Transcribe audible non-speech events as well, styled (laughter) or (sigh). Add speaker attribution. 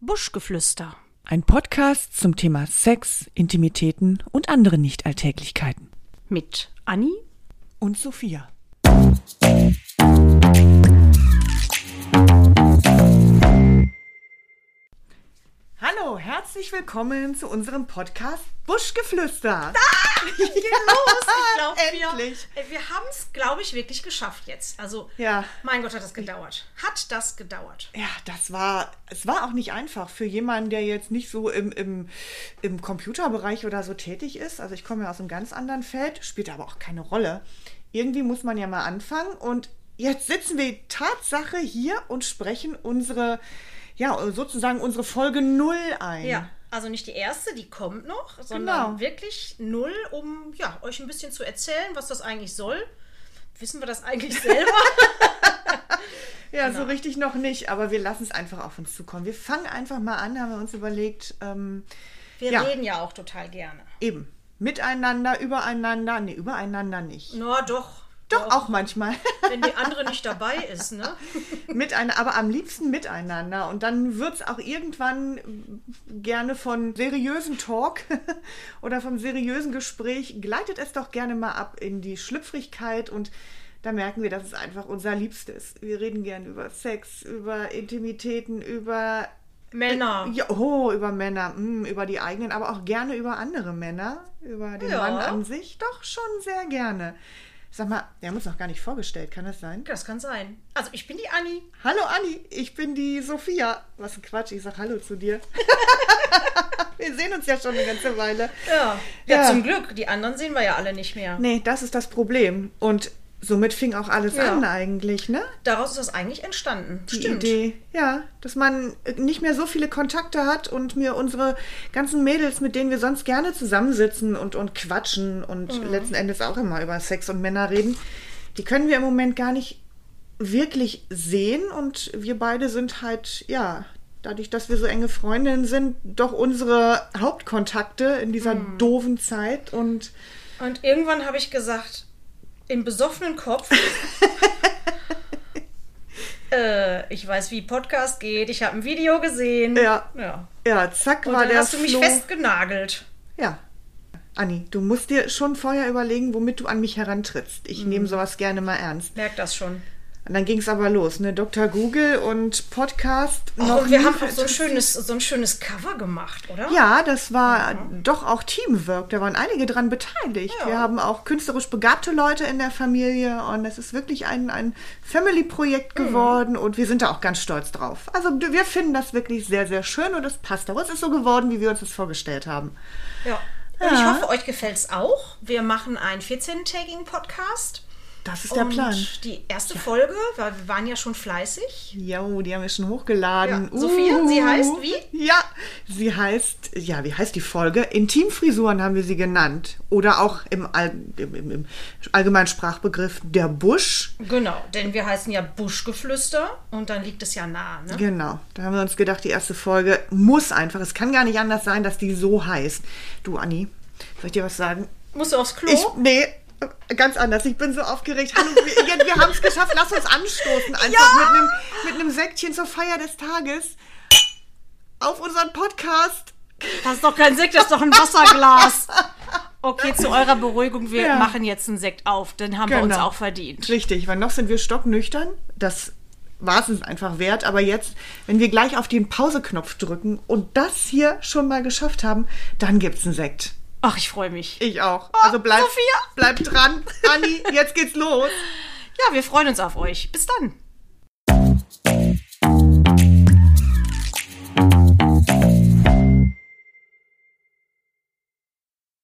Speaker 1: Buschgeflüster.
Speaker 2: Ein Podcast zum Thema Sex, Intimitäten und andere Nichtalltäglichkeiten.
Speaker 1: Mit Anni
Speaker 2: Und Sophia. Hallo, herzlich willkommen zu unserem Podcast Buschgeflüster.
Speaker 1: Genau,
Speaker 2: (laughs)
Speaker 1: glaub,
Speaker 2: Endlich.
Speaker 1: Wir, wir haben es, glaube ich, wirklich geschafft jetzt. Also,
Speaker 2: Ja.
Speaker 1: mein Gott, hat das gedauert. Hat das gedauert.
Speaker 2: Ja, das war, es war auch nicht einfach für jemanden, der jetzt nicht so im, im, im Computerbereich oder so tätig ist. Also ich komme ja aus einem ganz anderen Feld, spielt aber auch keine Rolle. Irgendwie muss man ja mal anfangen und jetzt sitzen wir Tatsache hier und sprechen unsere, ja, sozusagen unsere Folge null ein.
Speaker 1: Ja. Also nicht die erste, die kommt noch, sondern
Speaker 2: Genau.
Speaker 1: wirklich null, um ja, euch ein bisschen zu erzählen, was das eigentlich soll. Wissen wir das
Speaker 2: (laughs)
Speaker 1: eigentlich selber?
Speaker 2: Ja, so richtig noch nicht, aber wir lassen es einfach auf uns zukommen. Wir fangen einfach mal an, haben wir uns überlegt, ähm,
Speaker 1: Wir
Speaker 2: Ja.
Speaker 1: reden ja auch total gerne.
Speaker 2: eben miteinander, übereinander, nee, übereinander nicht.
Speaker 1: Na doch.
Speaker 2: Doch, auch manchmal. (laughs)
Speaker 1: Wenn die andere nicht dabei ist, ne?
Speaker 2: Miteinander, aber am liebsten miteinander. Und dann wird es auch irgendwann äh, gerne von seriösen Talk (laughs) oder vom seriösen Gespräch, gleitet es doch gerne mal ab in die Schlüpfrigkeit und da merken wir, dass es einfach unser Liebstes ist. Wir reden gern über Sex, über Intimitäten, über
Speaker 1: Männer.
Speaker 2: ja, oh, über Männer, mm, über die eigenen, aber auch gerne über andere Männer, über den
Speaker 1: Ja.
Speaker 2: Mann an sich, doch schon sehr gerne. Sag mal, wir haben uns noch gar nicht vorgestellt, kann das sein?
Speaker 1: Das kann sein. Also ich bin die Anni.
Speaker 2: Hallo Anni, ich bin die Sophia. Was ein Quatsch, ich sag Hallo zu (laughs) dir. wir sehen uns ja schon eine ganze Weile.
Speaker 1: Ja. ja.
Speaker 2: Ja.
Speaker 1: zum Glück. Die anderen sehen wir ja alle nicht mehr.
Speaker 2: Nee, das ist das Problem. Und somit fing auch alles
Speaker 1: Ja.
Speaker 2: an eigentlich, ne?
Speaker 1: Daraus ist das eigentlich entstanden.
Speaker 2: Die
Speaker 1: Stimmt.
Speaker 2: Idee, ja, dass man äh, nicht mehr so viele Kontakte hat und mir unsere ganzen Mädels, mit denen wir sonst gerne zusammensitzen und, und quatschen und
Speaker 1: Mhm.
Speaker 2: letzten Endes auch immer über Sex und Männer reden, die können wir im Moment gar nicht wirklich sehen und wir beide sind halt, ja, dadurch, dass wir so enge Freundinnen sind, doch unsere Hauptkontakte in dieser
Speaker 1: Mhm.
Speaker 2: doofen Zeit und
Speaker 1: Und irgendwann habe ich gesagt, im besoffenen
Speaker 2: (laughs)
Speaker 1: Kopf. äh, ich weiß, wie Podcast geht. Ich habe ein Video gesehen.
Speaker 2: Ja.
Speaker 1: ja.
Speaker 2: ja, zack
Speaker 1: Und
Speaker 2: war
Speaker 1: dann
Speaker 2: der
Speaker 1: hast du mich
Speaker 2: Floh-
Speaker 1: festgenagelt.
Speaker 2: Ja. Anni, du musst dir schon vorher überlegen, womit du an mich herantrittst.
Speaker 1: Mhm.
Speaker 2: Ich nehme sowas gerne mal ernst.
Speaker 1: Merk das schon.
Speaker 2: Und dann ging es aber los, ne? Dr. Google und Podcast.
Speaker 1: Oh, und
Speaker 2: nie
Speaker 1: wir haben auch so ein,
Speaker 2: interessiert.
Speaker 1: schönes, so ein schönes Cover gemacht, oder?
Speaker 2: Ja, das war doch auch Teamwork. Da waren einige dran beteiligt.
Speaker 1: Ja.
Speaker 2: Wir haben auch künstlerisch begabte Leute in der Familie und es ist wirklich ein, ein Family-Projekt
Speaker 1: Mhm.
Speaker 2: geworden und wir sind da auch ganz stolz drauf. Also d- wir finden das wirklich sehr, sehr schön und es passt auch. Es ist so geworden, wie wir uns das vorgestellt haben.
Speaker 1: Ja. Und ich hoffe, euch gefällt es auch. Wir machen einen 14-Tagging-Podcast.
Speaker 2: Das ist der
Speaker 1: Und
Speaker 2: Plan.
Speaker 1: Die erste Folge, weil wir waren ja schon fleißig.
Speaker 2: Jo, die haben wir schon hochgeladen.
Speaker 1: Ja. Sophia, sie heißt wie?
Speaker 2: Ja, sie heißt, ja, wie heißt die Folge? Intimfrisuren haben wir sie genannt. Oder auch im, All, im, im, im allgemeinen Sprachbegriff der Busch.
Speaker 1: Genau, denn wir heißen ja Buschgeflüster und dann liegt es ja nah. Ne?
Speaker 2: Genau, da haben wir uns gedacht, die erste Folge muss einfach. Es kann gar nicht anders sein, dass die so heißt. Du, Anni, soll ich dir was sagen?
Speaker 1: Musst du aufs Klo?
Speaker 2: Ich, nee, ganz anders. Ich bin so aufgeregt. Hallo, wir, jetzt- (laughs) wir haben es geschafft. Lass uns anstoßen. Einfach mit, einem, mit einem Säckchen zur Feier des Tages auf unseren Podcast.
Speaker 1: das ist doch kein Sekt, das ist doch ein Wasserglas. Okay, zu eurer Beruhigung, wir
Speaker 2: Ja.
Speaker 1: machen jetzt einen Sekt auf, den haben wir uns
Speaker 2: Genau.
Speaker 1: auch verdient.
Speaker 2: Richtig, weil noch sind wir stocknüchtern. Das war es uns einfach wert. Aber jetzt, wenn wir gleich auf den Pauseknopf drücken und das hier schon mal geschafft haben, dann gibt's einen Sekt.
Speaker 1: Ach, ich freue mich.
Speaker 2: Ich auch. Also bleib,
Speaker 1: Sophia.
Speaker 2: bleib dran. Anni, jetzt geht's los.
Speaker 1: Ja, wir freuen uns auf euch. Bis dann.